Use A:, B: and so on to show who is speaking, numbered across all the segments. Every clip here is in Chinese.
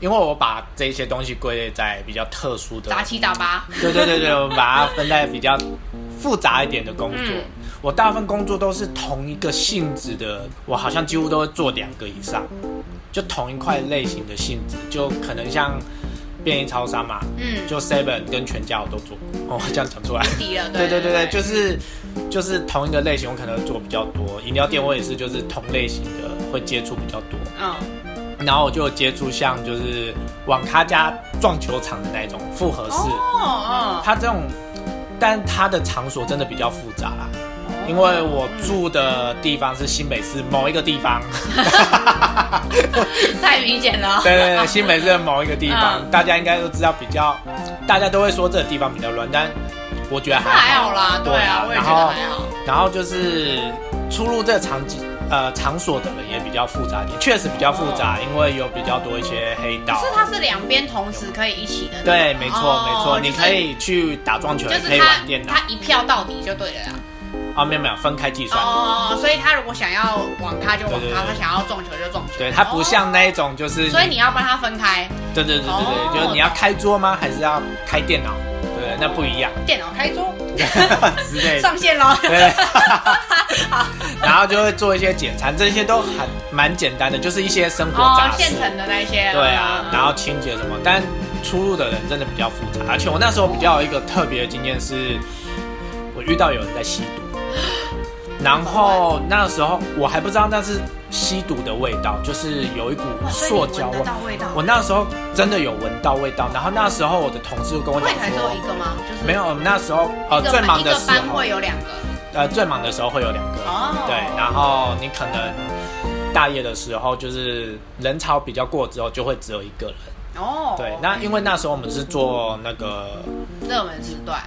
A: 因为我把这些东西归类在比较特殊的，
B: 杂七杂八，
A: 对对对对，我们把它分在比较复杂一点的工作。
B: 嗯
A: 我大部分工作都是同一个性质的，我好像几乎都会做两个以上，就同一块类型的性质，就可能像便利超商嘛，
B: 嗯，
A: 就 Seven 跟全家我都做过。哦， 我这样讲出来。
B: 低了，
A: 对
B: 对
A: 对对对，
B: 对，
A: 就是就是同一个类型，我可能会做比较多。饮料店我也是，就是同类型的会接触比较多。
B: 嗯，
A: 然后我就有接触像就是网咖加撞球场的那种复合式，
B: 哦，
A: 它这种，但它的场所真的比较复杂啦。
B: 嗯，
A: 因为我住的地方是新北市某一个地 方，
B: 太明显了，
A: 对对对，新北市的某一个地方，
B: 嗯
A: 大家应该都知道，比较大家都会说这个地方比较乱，但我觉得
B: 那还
A: 还好
B: 好啦，对啊，我也
A: 然
B: 觉得
A: 后
B: 还好，
A: 然后就是出入这个场景呃场所的人也比较复杂一点，确实比较复杂，因为有比较多一些黑道。
B: 哦
A: 啊
B: 是它是两边同时可以一起的，
A: 对，没错、
B: 哦
A: 没错，
B: 就是
A: 你可以去打撞球，
B: 就
A: 也可
B: 是
A: 以玩电脑
B: 它。它一票到底就对了啦，
A: 啊，没有没有，分开计算。
B: 哦，所以他如果想要网咖就网
A: 对对
B: 咖，
A: 对
B: 他想要撞球就撞球，
A: 对，它不像那一种就是，
B: 哦，所以你要帮他分开，
A: 对对对对
B: 哦
A: 对，就是你要开桌吗？还是要开电脑？对，那不一样
B: 电脑开桌
A: 之类 的。
B: 上线喽，
A: 对， 然后就会做一些简餐，这些都很蛮简单的，就是一些生活
B: 哦
A: 杂，事。
B: 现成的那些，
A: 对啊
B: 嗯，
A: 然后清洁什么，但出入的人真的比较复杂，而且我那时候比较有一个特别的经验是，我遇到有人在吸毒，然后那时候我还不知道那是吸毒的味道，就是有一股
B: 哇哦所以你
A: 塑胶
B: 闻
A: 味
B: 得。到味道，
A: 我那时候真的有闻到味道，然后那时候我的同事就跟我讲
B: 会才只有一
A: 说，
B: 个吗？就是
A: 没有，我们那时候呃
B: 一个
A: 最
B: 班
A: 忙的
B: 一个
A: 时
B: 班
A: 候
B: 会，有两个
A: 呃最忙的时候会有两个，
B: 哦，
A: 对，然后你可能大夜的时候就是人潮比较过之后就会只有一个人。
B: 哦，
A: 对，那因为那时候我们是做那个
B: 热门时段，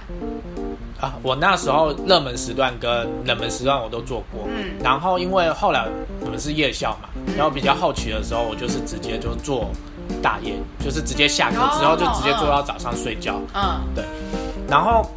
A: 啊，我那时候热门时段跟冷门时段我都做过，
B: 嗯
A: 然后因为后来我们是夜校嘛，然后比较好奇的时候，我就是直接就做大夜，就是直接下课之后
B: 哦
A: 就直接做到早上睡觉，
B: 嗯，
A: 对，然后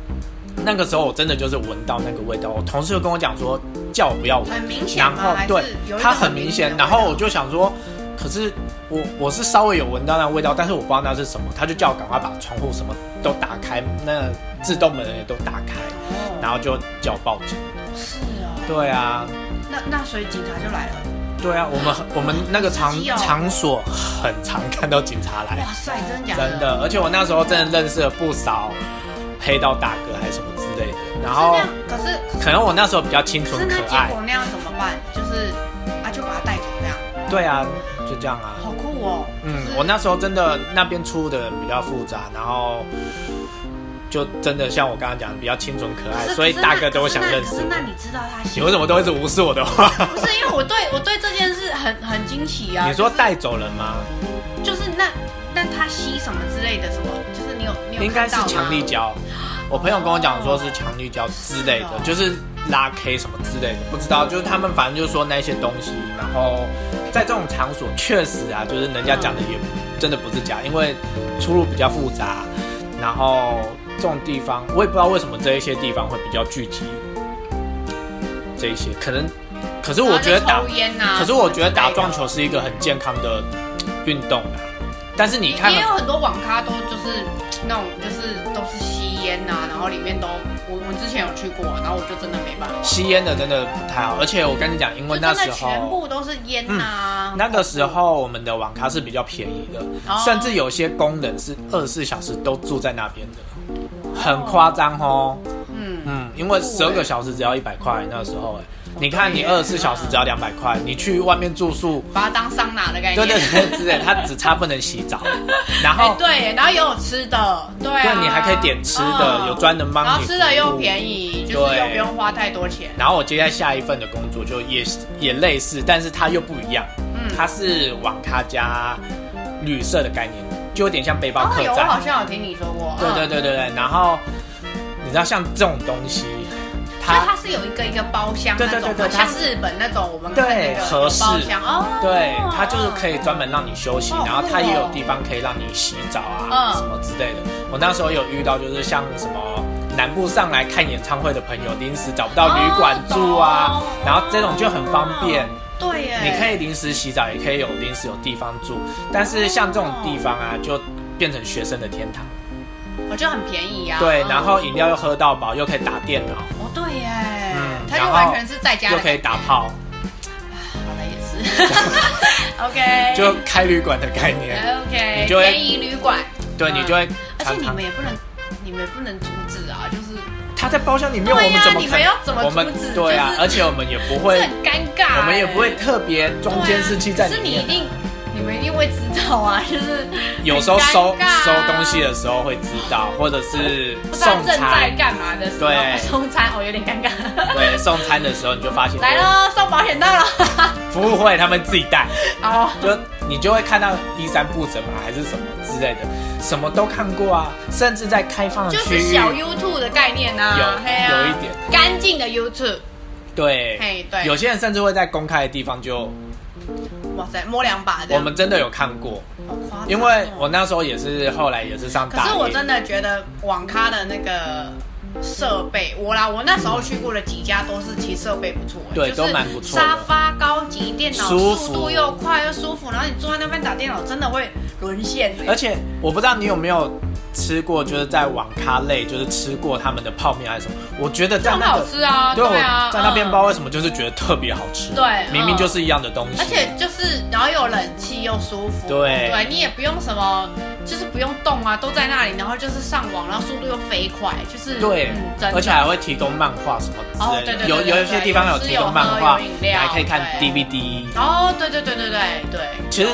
A: 那个时候我真的就是闻到那个味道，我同事就跟我讲说叫我不要闻，
B: 很明显
A: 然
B: 吗，
A: 后
B: 还是
A: 对
B: 有一个
A: 它很明显，
B: 的
A: 然
B: 味
A: 后
B: 道
A: 我就想说，可是我我是稍微有闻到那味道，但是我不知道那是什么，他就叫我赶快把窗户什么都打开，那自动门也都打开，
B: 哦
A: 嗯然后就叫我报警。
B: 是哦，
A: 对啊，
B: 那那所以警察就来了，
A: 对啊，我们我们那个场
B: 好刺激哦
A: 场所很常看到警察来
B: 哇，塞，真的假
A: 哎真的，而且我那时候真的认识了不少黑道大哥还是什么之类的，然后
B: 是这样可是
A: 可能我那时候比较清
B: 可是
A: 纯
B: 那
A: 可
B: 结
A: 爱，
B: 果那样怎么办？就是啊，就把他带走这样，
A: 对啊，就这样啊。
B: 好酷哦。
A: 嗯
B: 就是，
A: 我那时候真的那边出入的人比较复杂，然后就真的像我刚刚讲，比较清纯可
B: 可
A: 爱，
B: 是
A: 哎所以大哥都想认
B: 可
A: 识
B: 是那可是那可是那
A: 我。
B: 你知道他
A: 你
B: 喜
A: 为什么都一直无视我的话？
B: 不是因为我对我对这件事很很惊奇啊。
A: 你说
B: 就是
A: 带走人吗？
B: 就是那那他吸什么之类的什么，就是你有你有
A: 应该是
B: 看到吗
A: 强力胶，我朋友跟我讲说是强力胶之类
B: 是
A: 的
B: 哦，
A: 就是拉 K 什么之类的，不知道。就是他们反正就说那些东西，然后在这种场所确实啊，就是人家讲的也真的不是假，因为出入比较复杂，然后这种地方我也不知道为什么这一些地方会比较聚集，这一些可能，可是我觉得
B: 然
A: 打
B: 啊后就抽烟呐、
A: 可是我觉得打撞球
B: 什么
A: 是一个很健康的运动啊，但是你
B: 之类
A: 看
B: 的也
A: 了
B: 也有很多网咖都就是那种就是都是吸烟呐、然后里面都我我之前有去过，然后我就真的没办法，
A: 吸烟的真的不太好，而且我跟你讲，因为
B: 就
A: 那
B: 真的
A: 时
B: 全
A: 候嗯
B: 部都是烟啊呐、
A: 那个时候我们的网咖是比较便宜的，
B: 哦
A: 甚至有些工人是二十四小时都住在那边的，很夸张哦。
B: 嗯，
A: 嗯，因为十二个小时只要一百块，那时候哎、你看你二十四小时只要两百块，你去外面住宿，
B: 把它当桑拿的概念。
A: 对对对之类，他只差不能洗 澡，然
B: 哎、
A: 后。
B: 对耶，然后也有吃的，对啊，
A: 对，你还可以点吃的，
B: 嗯
A: 有专人帮你。
B: 然后吃的又
A: 宜。
B: 便宜，就是又
A: 对
B: 不用花太多钱。
A: 然后我接下来下一份的工作就也是也类似，但是它又不一样，
B: 嗯
A: 它是网咖加旅社的概念，就有点像背包
B: 哦，
A: 客
B: 有，我
A: 栈。
B: 好像有听你说过。
A: 对
B: 嗯
A: 对对对对，然后你知道像这种东西，
B: 所以
A: 它
B: 它是有一个一个包厢那
A: 对
B: 种
A: 对
B: 嘛，
A: 对对它
B: 像
A: 是
B: 日本那种我们
A: 对
B: 看那个
A: 合适
B: 包厢哦，
A: 对它就是可以专门让你休息，
B: 好酷哦
A: 然后它也有地方可以让你洗澡啊
B: 嗯
A: 什么之类的。我那时候有遇到就是像什么。南部上来看演唱会的朋友，临时找不到旅馆住啊
B: 哦懂
A: 然后这种就很方便。
B: 对耶，
A: 你可以临时洗澡，也可以有临时有地方住，但是像这种地方啊，就变成学生的天堂。
B: 我觉得很便宜啊。
A: 对，
B: 嗯
A: 然后饮料又喝到饱，又可以打电脑，
B: 哦对耶，
A: 嗯
B: 他
A: 然
B: 就
A: 后
B: 完全是在家的
A: 又可以打炮，
B: 感觉，好的也 是。OK，
A: 就开旅馆的概念。
B: OK，
A: 你就会
B: 便宜旅馆，
A: 对，
B: 嗯
A: 你就会
B: 而且
A: 常
B: 你
A: 常
B: 们也不能，你们也不能阻止啊，就是
A: 他在包厢里面，我
B: 对呀
A: 们怎么
B: 你
A: 可
B: 们
A: 能？
B: 要怎么
A: 我们
B: 阻止
A: 对啊
B: 就，是
A: 而且我们也不
B: 这
A: 会，
B: 很尴尬欸。
A: 我们也不会特别中间士气在
B: 对啊可
A: 里
B: 是你一
A: 面。
B: 定，你们一定会知道啊， 就是
A: 有时候收
B: 很尴尬啊
A: 收东西的时候会知道，或者是
B: 不知道
A: 送
B: 正在
A: 餐，
B: 干嘛的时候
A: 对
B: 送餐，哦有点尴尬。
A: 对，送餐的时候你就发现
B: 来
A: 说
B: 喽，送保 险套了。
A: 服务会他们自己带，
B: 哦，
A: 就你就会看到衣衫不整嘛，还是什么之类的，什么都看过啊，甚至在开放的
B: 就
A: 区
B: 是
A: 域，
B: 小 YouTube 的概念呐、
A: 有
B: 嘿啊，
A: 有一点
B: 干净的 YouTube。
A: 对
B: 嘿，对
A: 有些人甚至会在公开的地方就，
B: 哇塞，摸两把的，
A: 我们真的有看过，
B: 好夸张哦
A: 因为我那时候也是后来也是上
B: 可
A: 大，
B: 是我
A: 一，
B: 真的觉得网咖的那个设备，我啦，我那时候去过的几家都是其实设备不错、欸，
A: 对
B: 就
A: 都
B: 是
A: 蛮不错的
B: 沙发高级，电脑
A: 舒服
B: 速度又快又舒服，然后你坐在那边打电脑真的会沦陷、欸。
A: 而且我不知道你有没有吃过，就是在网咖类就是吃过他们的泡面还是什么，我觉得在
B: 很
A: 那
B: 好
A: 个。
B: 吃啊，
A: 对，我
B: 啊，
A: 在那边
B: 嗯
A: 不知道为什么就是觉得特别好吃，
B: 对嗯
A: 明明就是一样的东西，
B: 而且就是，然后又有冷气又舒服，
A: 对
B: 对你也不用什么，就是不用动啊，都在那里，然后就是上网，然后速度又飞快，就是
A: 对
B: 嗯，真的
A: 而且还会提供漫画什么
B: 哦
A: 之类
B: 对
A: 的，
B: 对对
A: 有
B: 对对
A: 有一些地方有提供漫
B: 有
A: 画，
B: 吃有喝有饮
A: 你
B: 料
A: 还可以看
B: 对
A: DVD。
B: 哦，对对对对对对，
A: 其实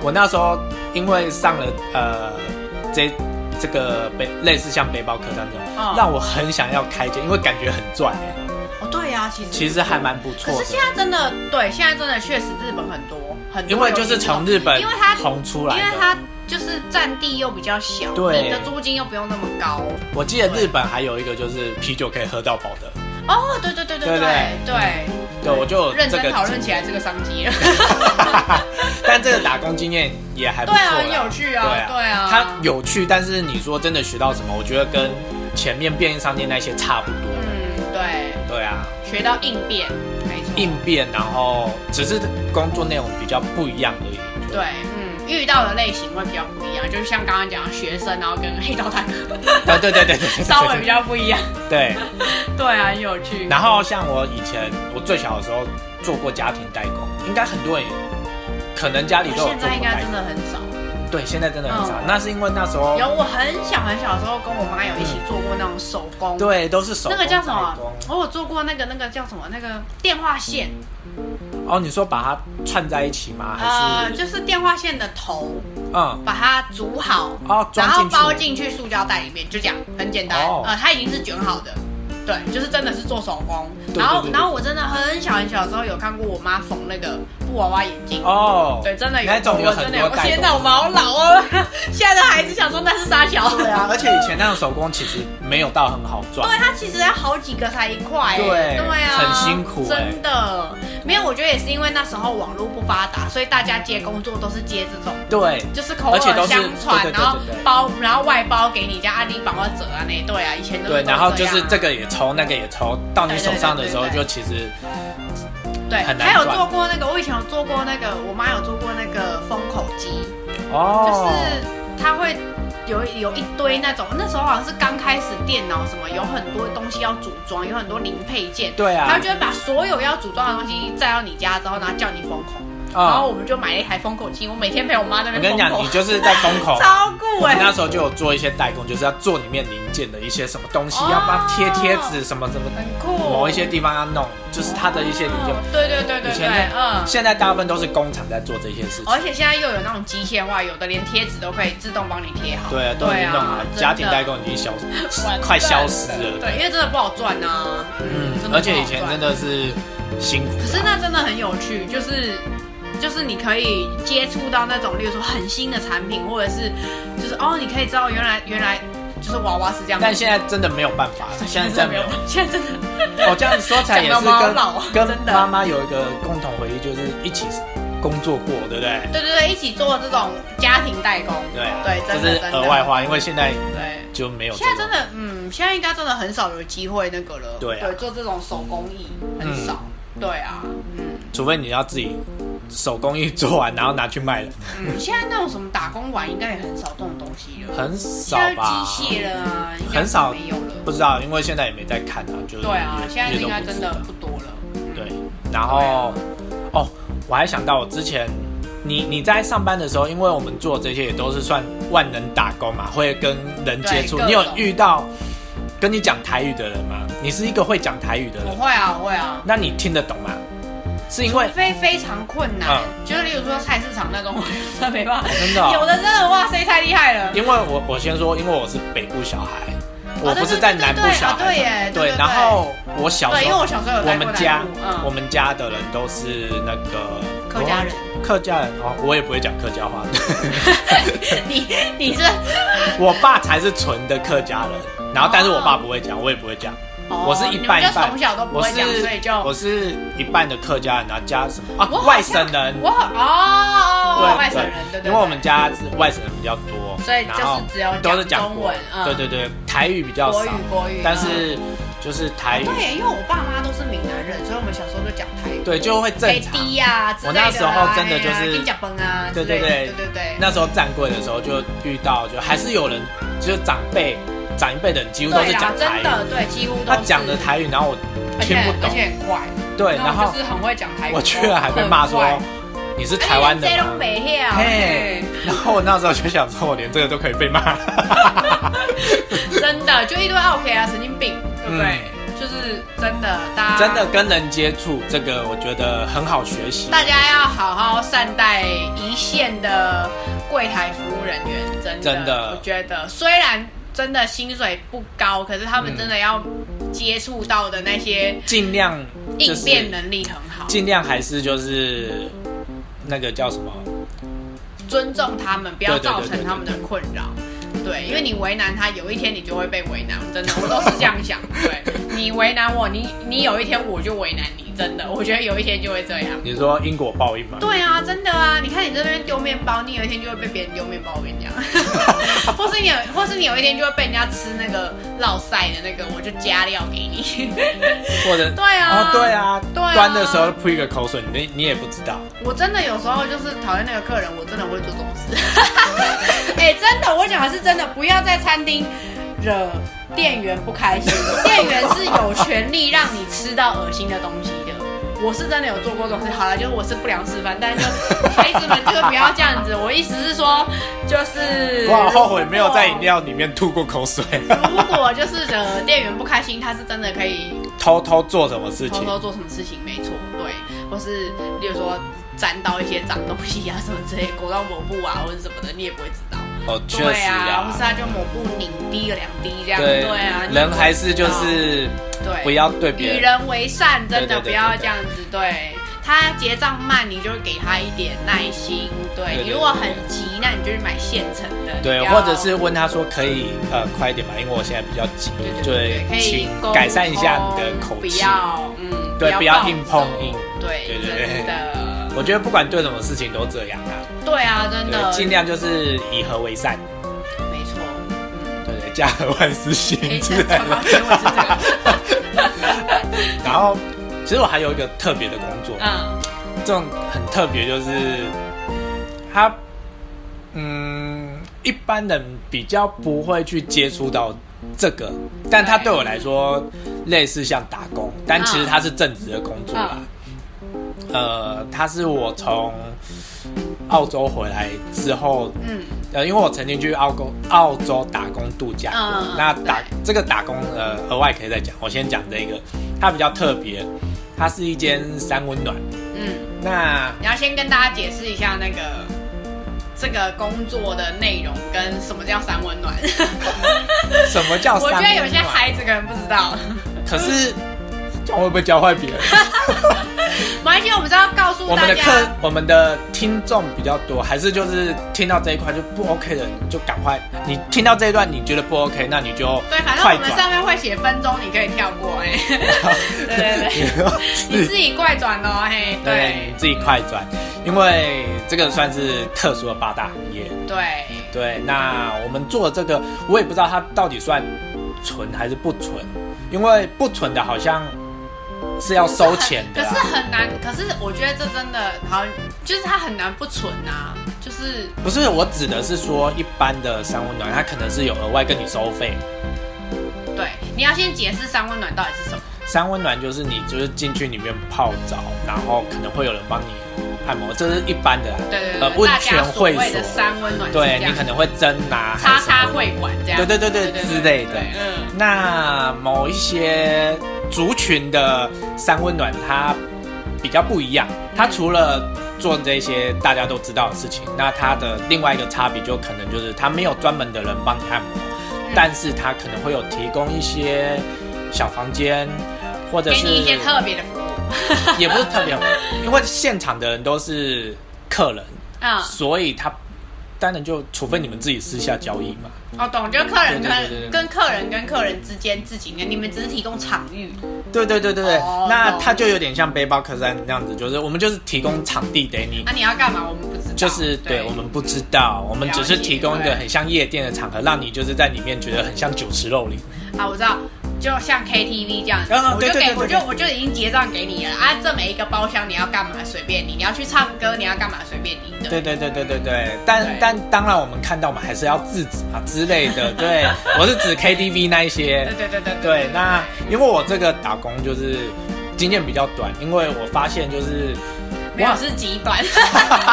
A: 我那时候因为上了呃这这个背类似像背包客栈这
B: 嗯
A: 种，让我很想要开间，因为感觉很赚哎，
B: 哦对啊，其实
A: 其实还蛮不错
B: 可是
A: 的
B: 现，在真的对，现在真的确实日本很多很多，
A: 因为就是从日本
B: 因为它
A: 红出
B: 因
A: 来
B: 为
A: 的。
B: 它就是占地又比较小，
A: 对
B: 你的租金又不用那么高。
A: 我记得日本还有一个就是啤酒可以喝到饱的，
B: 哦，对对对对
A: 对
B: 对
A: 对
B: 对，
A: 对我就有
B: 认
A: 这
B: 真
A: 个
B: 讨，论起来这个商机了。
A: 但这个打工经验也还不
B: 对
A: 错
B: 啊，
A: 啦，
B: 很有趣啊，
A: 对啊
B: 对啊，
A: 它有趣，但是你说真的学到什么？我觉得跟前面便利商店那些差不多。
B: 嗯，对，
A: 对啊，
B: 学到应变，没错，
A: 应变，然后只是工作内容比较不一样而已。我觉得
B: 对，嗯，遇到的类型会比较不一样，就是像刚刚讲的学生，然后跟黑 道大哥
A: 啊 对对对对对对，对
B: 稍微比较不一样。
A: 对。
B: 对啊，很有趣。
A: 然后像我以前，我最小的时候做过家庭代工，应该很多人也可能家里都有
B: 现
A: 做过
B: 在应该
A: 代
B: 真的很少。
A: 工。对，现在真的很少
B: 嗯。
A: 那是因为那时候
B: 有，我很小很小的时候跟我妈有一起做过那种手工，，
A: 嗯对都是手
B: 那
A: 工
B: 个叫什
A: 代
B: 么
A: 工？
B: 我有做过那个那个叫什么？那个电话线，
A: 哦，你说把它串在一起吗？
B: 呃，
A: 还啊是
B: 就是电话线的头，
A: 嗯
B: 把它煮好，
A: 哦
B: 呃然
A: 装
B: 后
A: 进
B: 包
A: 去
B: 进去塑胶袋里面，就这样，很简单。
A: 哦
B: 呃，它已经是卷好的，对，就是真的是做手工。
A: 对
B: 然后
A: 对对对
B: 然后我真的很小很小的时候有看过我妈缝那个布娃娃眼镜。
A: 哦，
B: 对，真的有
A: 那种有
B: 我
A: 很
B: 真的
A: 多
B: 有。
A: 代工。
B: 天哪，我们好老哦！ 现在的孩子想说那是沙小。
A: 对啊，而且以前那种手工其实没有到很好
B: 对，
A: 赚，
B: 它其实要好几个才一块、欸，
A: 对
B: 对啊，
A: 很辛苦欸
B: 真的。没有，我觉得也是因为那时候网络不发达，所以大家接工作都是接这种，
A: 对
B: 就是口
A: 而且都
B: 耳
A: 是
B: 相传，
A: 对对对
B: 然后
A: 对对
B: 包，然后外包给你家阿里帮我折啊那对啊，以前都
A: 对，
B: 都
A: 然后就是这
B: 这样
A: 个也抽，那个也抽，到你手上的时候就其实
B: 对，
A: 很难
B: 还有
A: 赚
B: 做过那个，我以前有做过那个，我妈有做过那个封口机，就是
A: 哦，
B: 它会。有有一堆那种，那时候好像是刚开始电脑什么，有很多东西要组装，有很多零配件，
A: 对
B: 他
A: 啊，
B: 就会把所有要组装的东西载到你家之后，然后叫你封口，然后
A: 啊，
B: 我们就买了一台封口机，我每天陪我妈在那
A: 我跟
B: 边
A: 你
B: 封
A: 讲，
B: 口
A: 你，就是在风口。
B: 超酷
A: 我
B: 哎、
A: 那时候就有做一些代工，就是要做里面零件的一些什么东西，
B: 哦
A: 要帮它贴贴纸什么什么，
B: 很酷。
A: 某一些地方要弄，就是它的一些零件。
B: 哦对对对对
A: 以
B: 对
A: 前的，
B: 嗯。哦
A: 现在大部分都是工厂在做这些事情，
B: 而且现在又有那种机械化，有的连贴纸都可以自动帮你贴好。啊
A: 对，啊都已经弄好了
B: 真，的
A: 家庭代工已经消
B: 完蛋
A: 快消失了。
B: 对，因为真的不好赚啊。嗯，
A: 嗯，
B: 真的不好赚
A: 而且以前真的是辛苦啊、
B: 可是那真的很有趣，就是就是你可以接触到那种，例如说很新的产品，或者是就是哦，你可以知道原来原来就是娃娃是这样子。
A: 但现在真的没有办 法了，现在真的没有。，
B: 现在真的
A: 我这样子说起来也
B: 讲
A: 是
B: 得我好老啊
A: 跟
B: 真
A: 跟
B: 的
A: 妈妈有一个共同回忆，就是一起工作过，对不对？
B: 对对对，一起做这种家庭代工，
A: 对啊，
B: 对真的
A: 这是额外话，因为现在
B: 对。
A: 就没有这
B: 现在真
A: 种。
B: 的，嗯，现在应该真的很少有机会那个了，
A: 对啊嗯
B: 做这种手工艺很少，对啊，嗯，
A: 除非你要自己手工艺做完，然后拿去卖了，
B: 嗯，现在那种什么打工玩应该也很少这种东西了，
A: 很少
B: 现在
A: 吧？
B: 机械了啊，应该
A: 很少
B: 没有了。
A: 不知道，因为现在也没在看啊，就是
B: 对啊，
A: 也
B: 现在
A: 也都
B: 应该
A: 不
B: 真
A: 知
B: 的
A: 道
B: 不多了。
A: 对，然后哦，我还想到我之前，你你在上班的时候，因为我们做这些也都是算万能打工嘛，会跟人接触
B: 对。
A: 你有
B: 各种
A: 遇到跟你讲台语的人吗？你是一个会讲台语的
B: 我
A: 人，
B: 会啊，我会啊。
A: 那你听得懂吗？是因为哦
B: 非非常困难，
A: 嗯
B: 就是例如说菜市场那种，我 真的没办法。
A: 真的哦、
B: 有的真的哇塞，太厉害了。啊
A: 因为我我先说，因为我是北部小孩，我不是在南部小孩，
B: 哦对对对对啊对耶对对对
A: 然后我小
B: 对，
A: 时
B: 因为
A: 候
B: 我小时候有
A: 我
B: 在过
A: 们
B: 南
A: 家
B: 部，
A: 我
B: 嗯，
A: 们家的人都是那个
B: 客家人，
A: 客家人哦，我也不会讲客家话，
B: 你你是
A: 我爸才是纯的客家人，然后但是我爸不会讲，我也不会讲，
B: 哦
A: 我是一半
B: 你们
A: 一
B: 就
A: 半
B: 从小都不
A: 我
B: 会
A: 是
B: 讲，所以就
A: 我是一半的客家人，然后加什么啊
B: 哦我好像
A: 外省人，
B: 我好哦，外省人对对对，
A: 因为我们家是外省人比较多，
B: 所以就
A: 然后
B: 是只有
A: 都是讲
B: 讲中文
A: 国
B: 嗯
A: 对对对，台语比较
B: 国
A: 少
B: 语，嗯国语，
A: 但
B: 嗯
A: 是就是台语，
B: 对，因为我爸妈都是闽南人，所以我们小时候都讲台语，
A: 对，就会正
B: 北
A: 常。
B: 低呀之类
A: 我
B: 的啊，
A: 那时候真的就是
B: 跟讲崩啊之
A: 对对
B: 类的，
A: 对
B: 对对对，
A: 那时候站柜的时候就遇到，就还是有人，就是长辈长一辈的人几乎都是
B: 对啦
A: 讲，台
B: 真
A: 语，
B: 的对，几乎都
A: 他
B: 是
A: 讲的，台语，然后我
B: 而
A: 听
B: 且
A: 不
B: 而
A: 懂，
B: 且很快，
A: 对，然
B: 我
A: 后
B: 就是很会讲台语，
A: 我居然还被骂说
B: 很快
A: 你是台湾人
B: 哎你这
A: 吗
B: 拢？没晓，
A: 嘿
B: 嘿，
A: 然后我那时候就想说，我连这个都可以被骂，
B: 真的就一堆 OK 啊，神经病，对不对？就是真的，大家
A: 嗯真的，跟人接触这个，我觉得很好学习。
B: 大家要好好善待一线的柜台服务人员，真的，
A: 真的
B: 我觉得虽然真的薪水不高，可是他们
A: 嗯
B: 真的要接触到的那些
A: 尽量就
B: 应
A: 是
B: 变能力很好，
A: 尽量还是就是那个叫什么？
B: 尊重他们，不
A: 对
B: 要
A: 对对
B: 造成他们的困扰。对，因为你为难他，有一天你就会被为难。真的，我都是这样想。对，你为难我，你你有一天我就为难你。真的，我觉得有一天就会这样。
A: 你说因果报应吗？
B: 对啊，真的啊！你看你在那边丢面包，你有一天就会被别人丢面包。我跟你 讲，或是你有，或是你有一天就会被人家吃那个烙塞的那个，我就加料给 你。
A: 或者
B: 对
A: 哦，
B: 啊
A: 对啊，
B: 对啊
A: 端的时候吐一个口水，你你也不知道。
B: 我真的有时候就是讨厌那个客人，我真的会做这种事。 哎、真的，我讲的是真的，不要在餐厅惹店员不开 心。店员是有权利让你吃到恶心的东西的。我是真的有做过这种事，好了，就是我是不良示范，但 是就孩子们就是不要这样子。我意思是说，就是
A: 我好后悔没有在饮。料里面吐过口水，
B: 如果就是惹店员不开心，他是真的可以
A: 偷偷做什么事
B: 偷
A: 情？
B: 偷做什么事情，没错，对，或是例如说沾到一些脏东西啊什么之类，裹到抹布啊或者什么的，你也不会知道。
A: 哦，确
B: 对
A: 实
B: 啊，
A: 啊
B: 或是，他就抹布拧滴了两滴这样，
A: 对
B: 啊，你
A: 人还是就是
B: 对，
A: 不要对别
B: 与
A: 人。
B: 人为善，
A: 对
B: 真的
A: 对对
B: 不
A: 对
B: 要
A: 对
B: 这样子。对他结账慢，你就给他一点耐心。
A: 对
B: 对
A: 对
B: 你
A: 对
B: 如果很急，那你就去买现成的，
A: 对
B: 你，不要
A: 或者是问他说可以呃快一点吧，因为我现在比较急
B: 对，对
A: 对
B: 对，可，以
A: 请
B: 沟
A: 改善一下你的
B: 通
A: 口
B: 不
A: 气。
B: 要嗯，
A: 对不要
B: 暴
A: 硬碰
B: 走
A: 硬
B: 对
A: 对对对
B: 真的。
A: 我觉得不管对什么事情都这样啊，
B: 对啊，真的
A: 对，，尽量就是以和为善，
B: 没 错。嗯，
A: 对对，家和万事兴
B: 哎，
A: 之类
B: 这
A: 的。
B: 好结尾是这个，
A: 然后，其实我还有一个特别的工作，
B: 嗯，
A: 这种很特别，就是他，嗯，一般人比较不会去接触到这个，但他对我来说类似像打工，但其实他是正职的工作啦。
B: 嗯
A: 呃，他是我从澳洲回来之后，
B: 嗯，
A: 呃，因为我曾经去澳工澳洲打工度假过，
B: 嗯
A: 那打
B: 对
A: 这个打工呃额外可以再讲，我先讲这个，它比较特别，它是一间三温暖。
B: 嗯，
A: 那
B: 你要先跟大家解释一下那个这个工作的内容跟什么叫三温暖。
A: 什么叫
B: 我
A: 哦三
B: 觉
A: 温
B: 得
A: 暖？
B: 有些孩子可能不知道，
A: 可是这样会不会教坏别人？
B: 没关系，我们是要告诉
A: 我们
B: 大
A: 的客
B: 家，，
A: 我们的听众比较多，还是就是听到这一块就不 OK 的，你就赶快，你听到这一段你觉得不 OK，那你就
B: 对，反正
A: 快
B: 我们上
A: 转。
B: 面会写分钟，你可以跳过， 哎，对对对，你自己怪转哦，嘿，
A: 对，
B: 对
A: 你自己快转，因为这个算是特殊的八大行业。
B: 对，
A: 对，那我们做的这个，我也不知道它到底算纯还是不纯，因为不纯的好像是要收钱的、啊
B: 可是。很难，可是我觉得这真的好像，就是它很难不存啊，就是
A: 不是，我指的是说一般的三温暖，它可能是有额外跟你收费。
B: 对，你要先解释三温暖到底是什么。
A: 三温暖就是你就是进去里面泡澡，然后可能会有人帮你按摩，这是一般的啊。
B: 对对对，
A: 呃温
B: 大家
A: 泉
B: 所
A: 会
B: 谓的
A: 所，
B: 三温暖是这
A: 对你
B: 样
A: 可，能会蒸啊，
B: 叉
A: 还是什
B: 叉
A: 么
B: 会馆这样，
A: 对对对对之类的。
B: 嗯，
A: 那某一些族群的三温暖，它比较不一样。它除了做这些大家都知道的事情，那它的另外一个差别就可能就是它没有专门的人帮你按摩，
B: 嗯
A: 但是它可能会有提供一些小房间，或者
B: 给
A: 是
B: 你一些特别的服务
A: 也不是特别，因为现场的人都是客人，
B: 啊。
A: 所以他当然就除非你们自己私下交易嘛。
B: 哦，懂，就是客人
A: 对对对对
B: 跟跟客人跟客人之间自己，你们只是提供场域，
A: 对对对对对，
B: 哦
A: 那
B: 懂
A: 它就有点像背包客栈那样子，就是我们就是提供场地给你，
B: 啊，你要干嘛我们不知道，
A: 就是对我们不知道，我们只是提供一
B: 了
A: 个
B: 解
A: 很像夜店的场合，让你就是在里面觉得很像酒池肉林。
B: 啊，我知道，就像 KTV 这样子，
A: 啊
B: 我就
A: 对对对
B: 给我
A: 对
B: 就我就已经结账给你了啊，这每一个包厢你要干嘛随便你，你要去唱歌你要干嘛随便你，
A: 对对对对对对，但
B: 对
A: 但当然我们看到嘛，还是要制止啊之类的。 对，我是指 KTV 那一些
B: 对。对对对
A: 对，那因为我这个打工就是经验比较短，因为我发现就是
B: 没有
A: 哇
B: 是极端，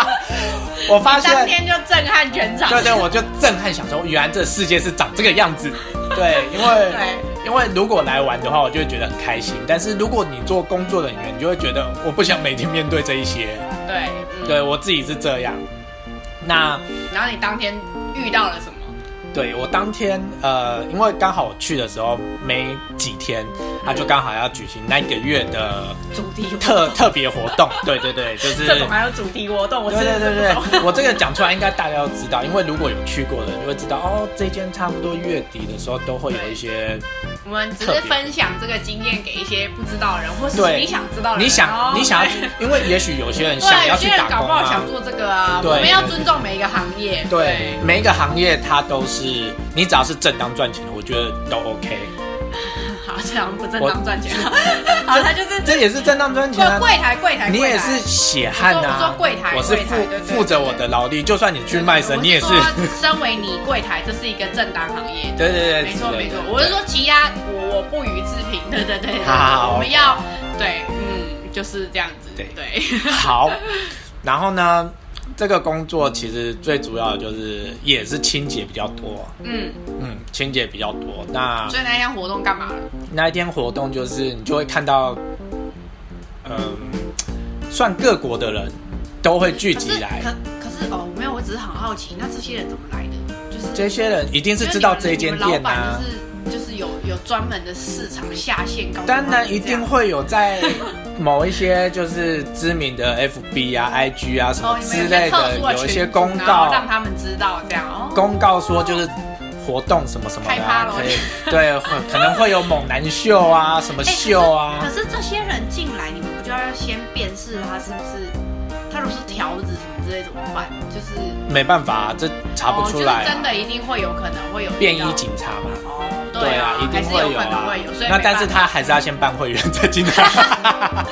A: 我发现
B: 当天就震撼全 场，
A: 对对，我就震撼想说，原来这个世界是长这个样子。对，因为因为如果来玩的话，我就会觉得很开心。但是如果你做工作人员，你就会觉得我不想每天面对这一些。
B: 对嗯
A: 对我自己是这样。那
B: 然后你当天遇到了什么？
A: 对我当天呃，因为刚好我去的时候没几天，他就刚好要举行那一个月的
B: 主题活
A: 特
B: 动，
A: 特别活 动。对对对，就是
B: 这种还有主题活动，我真
A: 对对
B: 的
A: 对
B: 不懂。
A: 对，我这个讲出来应该大家都知道，因为如果有去过的人就会知道，哦，这间差不多月底的时候都会有一些，
B: 我们只是分享这个经验给一些不知道的人，或是
A: 对
B: 你想知道的人。
A: 你
B: 哦
A: 想你想要
B: 对
A: 去，因为也许有些人 想
B: 对，
A: 要
B: 有
A: 去
B: 些人
A: 打
B: 搞
A: 工
B: 不好想
A: 啊，
B: 做这个啊，
A: 对
B: 我们要尊重每一个行业。
A: 对，每一个行业它都是，你只要是正当赚钱的，我觉得都 OK，
B: 好，这样不正
A: 我
B: 当赚钱。啊好，他就是
A: 这也是正当赚钱
B: 做
A: 啊。
B: 柜台，柜台，
A: 你
B: 柜
A: 也
B: 台
A: 是血汗呐、
B: 我说我说柜台
A: 我是
B: 柜台对对对
A: 负负着我的劳力，就算你去卖身，你也是
B: 我，是说身为你柜台，这是一个正当行业。
A: 对对对，
B: 没错
A: 对
B: 没错
A: 对，对
B: 我是说其他我我不予置评。对对对，对
A: 好好好
B: 我们要对，嗯，就是这样子。
A: 对
B: 对，
A: 好，然后呢，这个工作其实最主要的就是也是清洁比较多，
B: 嗯，
A: 嗯，清洁比较多。那
B: 所以那一天活动干嘛了？
A: 那一天活动就是你就会看到，嗯，算各国的人都会聚
B: 可
A: 集
B: 是
A: 来。
B: 可可是哦，没有，我只是很好奇，那这些人怎么来的？就是
A: 这些人一定是知道这间
B: 就是你
A: 店
B: 们老
A: 啊
B: 板，就是就是有有专门的市场下线告诉他
A: 当
B: 们
A: 然一定会有 在某一些就是知名的 FB 啊、IG 啊什
B: 这样
A: 么
B: 哦，你们
A: 之
B: 有一些
A: 类
B: 特殊的
A: 有一
B: 群
A: 些
B: 组
A: 公
B: 然后
A: 告，
B: 让他们知道这样哦。
A: 公告说就是活动什么什么
B: 开
A: 的、
B: 趴
A: 啊
B: 咯，
A: 可以对，会可能会有猛男秀 啊，什么
B: 哎
A: 秀
B: 可
A: 啊，
B: 是可是这些人进来，你们不就要先辨识他是不是？他如果是条子什么之类怎么办？就是
A: 没办法、这查不出来、
B: 哦，
A: 啊。
B: 就是真的一定会有可能会有
A: 便衣
B: 遇到
A: 警察嘛，
B: 哦，
A: 对
B: 对
A: 啊，一定
B: 还是
A: 会
B: 有可能
A: 啊
B: 会有，所以。
A: 那
B: 没
A: 但是
B: 办
A: 他还是要先办会员再进 来，
B: 法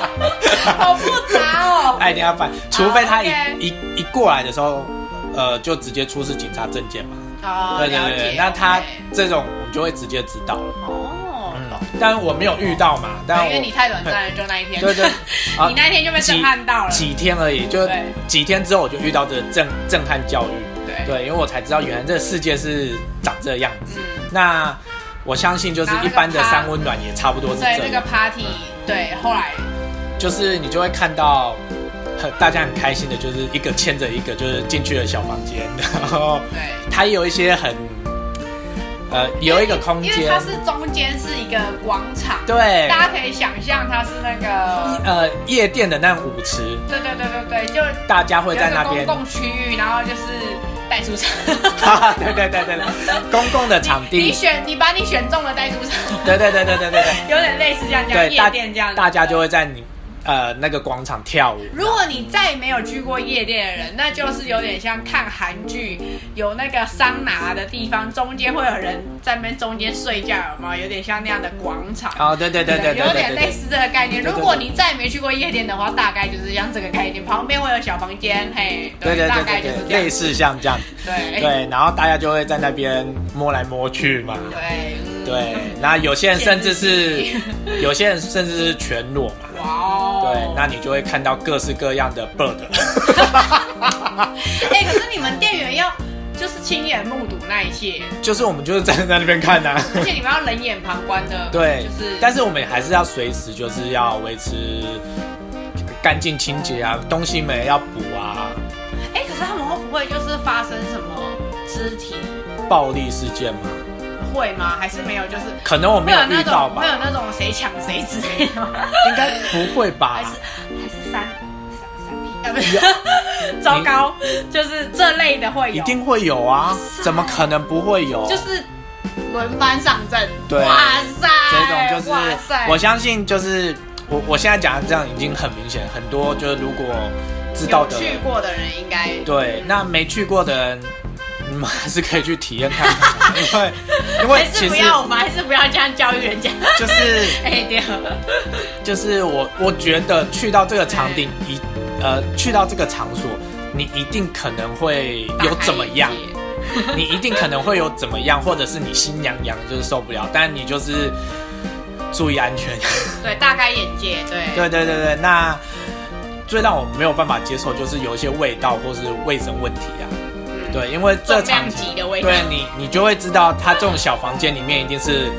B: 好复杂 哦。
A: 他一定要办，除非他一、
B: OK
A: 一一过来的时候，呃，就直接出示警察证件嘛。
B: 哦，
A: 对对
B: 了
A: 对
B: 解
A: 对，那他
B: OK
A: 这种我们就会直接知道了。
B: 哦，
A: 嗯
B: 懂。，
A: 但我没有遇到嘛，但
B: 啊因为
A: 我
B: 你太短暂了，就那一 天。
A: 对对啊
B: 你那一天就被震撼到 了。
A: 几天而已，就
B: 对
A: 几天之后我就遇到这个震震撼教育，
B: 对，
A: 对，因为我才知道原来这个世界是长这样子。
B: 嗯，
A: 那我相信就是一般的
B: 然后那个趴
A: 三温暖也差不多是
B: 所以
A: 这
B: 那个
A: 样，
B: party，对，后来
A: 就是你就会看到很大家很开心的，就是一个牵着一个就是进去了小房间， 然后
B: 对。
A: 它也有一些很呃有一个空
B: 因为它
A: 间，
B: 是中间是一个广场，
A: 对，
B: 大家可以想象它是那个，
A: 呃夜店的那种舞池，
B: 对对对对对，就
A: 大家会
B: 有
A: 在
B: 一
A: 那
B: 个
A: 边
B: 公，共区域，然后就是带出场，
A: 对 对对对 对，公共的场
B: 你
A: 地，
B: 选你把你选中了带出场，
A: 对对对对对对对。
B: 有点类似这样这样
A: 对
B: 夜
A: 大
B: 店这样子，
A: 大家就会在你呃那个广场跳舞。
B: 如果你再也没有去过夜店的人，那就是有点像看韩剧，有那个桑拿的地方，中间会有人在那边中间睡觉，有吗？有点像那样的广场。
A: 哦，对对对对对对
B: 有
A: 对
B: 点类
A: 对，
B: 似这个概念。
A: 对对
B: 如果你再也没去过夜店的话，大概就是像这个概念，旁边会有小房间，嘿，
A: 对对
B: 大
A: 对
B: 概
A: 对
B: 就是
A: 对，
B: 这样
A: 类。似像这样，
B: 对
A: 对，然后大家就会在那边摸来摸去嘛。
B: 对嗯
A: 对，那有些人甚至 是，有些人甚至是全裸嘛。
B: 哇哦，
A: 对，那你就会看到各式各样的 bird。
B: 哎、可是你们店员要就是亲眼目睹那 一切，
A: 就是我们就是站在那边看呐、啊
B: 而且你们要冷眼旁观的，
A: 对，
B: 就是，
A: 但是我们也还是要随时就是要维持干净清洁啊，东西没要补啊，
B: 哎、可是他们会不会就是发生什么肢体
A: 暴力事件嘛，
B: 会吗？还是没有？就是
A: 可能我没
B: 会有
A: 遇
B: 那
A: 到
B: 种
A: 吧
B: 会，有那种谁抢谁之类的吗？
A: 应该不会吧
B: 还？是还是三三三 P 啊？不是， 糟糕，就是这类的会有，
A: 一定会有啊，怎么可能不会有？
B: 就是轮番上阵，
A: 对
B: 哇塞，
A: 这种就是
B: 哇塞，
A: 我相信就是我我现在讲的这样已经很明显，很多就是如果知道
B: 有
A: 的
B: 去过的人应该
A: 对，那没去过的人，你们还是可以去体验看看，因为因为
B: 还是
A: 其
B: 不
A: 实
B: 要，我们还是不要这样教育人家。
A: 就是
B: 哎，对，
A: 就是我我觉得去到这个场地一呃去到这个场所，你一定可能会有怎么 样，你一定可能会有怎么样，或者是你心痒痒就是受不了，但你就是注意安全。
B: 对，大开眼界，对，
A: 对对对对，那最让我没有办法接受就是有一些味道或是卫生问题啊，
B: 嗯，
A: 对，因为这
B: 重
A: 场
B: 量级的味道，
A: 对你，你就会知道他这种小房间里面一定是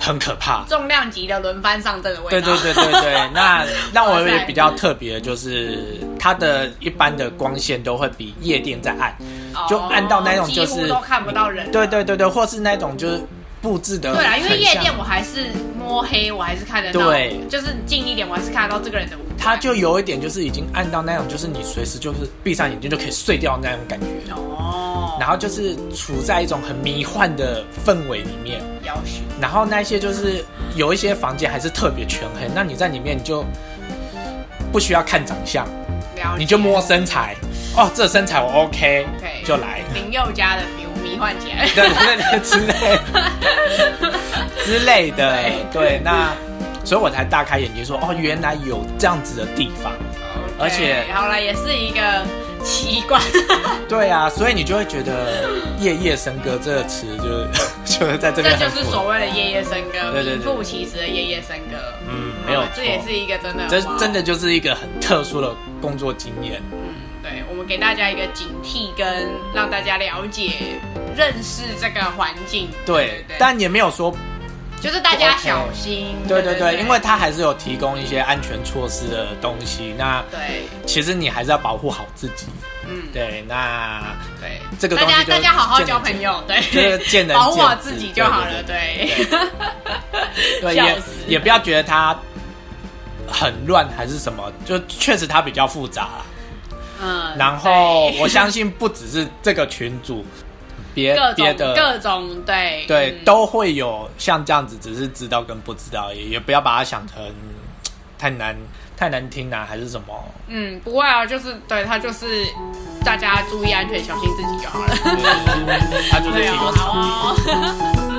A: 很可怕。
B: 重量级的轮番上阵的味
A: 对
B: 道，
A: 对对对对， 那让我
B: 哇
A: 也
B: 塞
A: 比较特别，就是它的一般的光线都会比夜店再暗，
B: 哦
A: 就按到那种就是
B: 几乎都看不到人，啊
A: 对。对对对，或是那种就是布置的，
B: 对啦，因为夜店我还是摸黑，我还是看得到，
A: 对
B: 就是近一点，我还是看得到这个人的五官。
A: 它就有一点就是已经暗到那种，就是你随时就是闭上眼睛就可以睡掉那种感觉，
B: 哦，
A: 然后就是处在一种很迷幻的氛围里面。
B: 要求
A: 然后那些就是有一些房间还是特别全黑，那你在里面你就不需要看长相，
B: 了解
A: 你就摸身 材，哦，这身材我 OK，,
B: OK
A: 就 来，
B: 林宥嘉的 feel 迷幻起来，
A: 对对对之类之类的，对，那所以我才大开眼界说，哦，原来有这样子的地方，
B: OK，
A: 而且
B: 好了，也是一个奇观，
A: 对啊，所以你就会觉得“夜夜笙歌”这个词就是 就是在这
B: 这
A: 边
B: 就
A: 很
B: 是
A: 符合
B: 所谓的夜夜笙歌，
A: 对对对
B: 名副其实的夜夜笙歌。
A: 嗯，没有
B: 好
A: 错
B: 吧，啊这也是一个真的，
A: 这
B: 哇
A: 真的，就是一个很特殊的工作经验。
B: 嗯，对，我们给大家一个警惕，跟让大家了解、认识这个环境。
A: 对
B: 对，，
A: 但也没有说
B: 就是大家
A: OK
B: 小心。
A: 对对对，因为它还是有提供一些安全措施的东西。那
B: 对，
A: 其实你还是要保护好自己。
B: 嗯，
A: 对，那
B: 对，
A: 这个
B: 大
A: 东
B: 家
A: 西
B: 大
A: 就
B: 家好好
A: 见
B: 交
A: 仁见
B: 朋友，
A: 就是
B: 对，
A: 见仁
B: 保护好
A: 见智
B: 自己就好了，对。
A: 对，
B: 笑
A: 也
B: 死
A: 也不要觉得它很乱还是什么，就确实它比较复杂啦。
B: 嗯，
A: 然后
B: 对
A: 我相信不只是这个群 组，别
B: 各
A: 别
B: 种
A: 的。
B: 各种对
A: 对，
B: 嗯
A: 都会有像这样子，只是知道跟不知道而已，也也不要把它想成太难、太难听啊，还是什 么。
B: 嗯不会啊，就是对他就是大家注意安全，小心自己就好了。
A: 哦它就是
B: 对
A: 提
B: 哦，
A: 供
B: 好哦。啊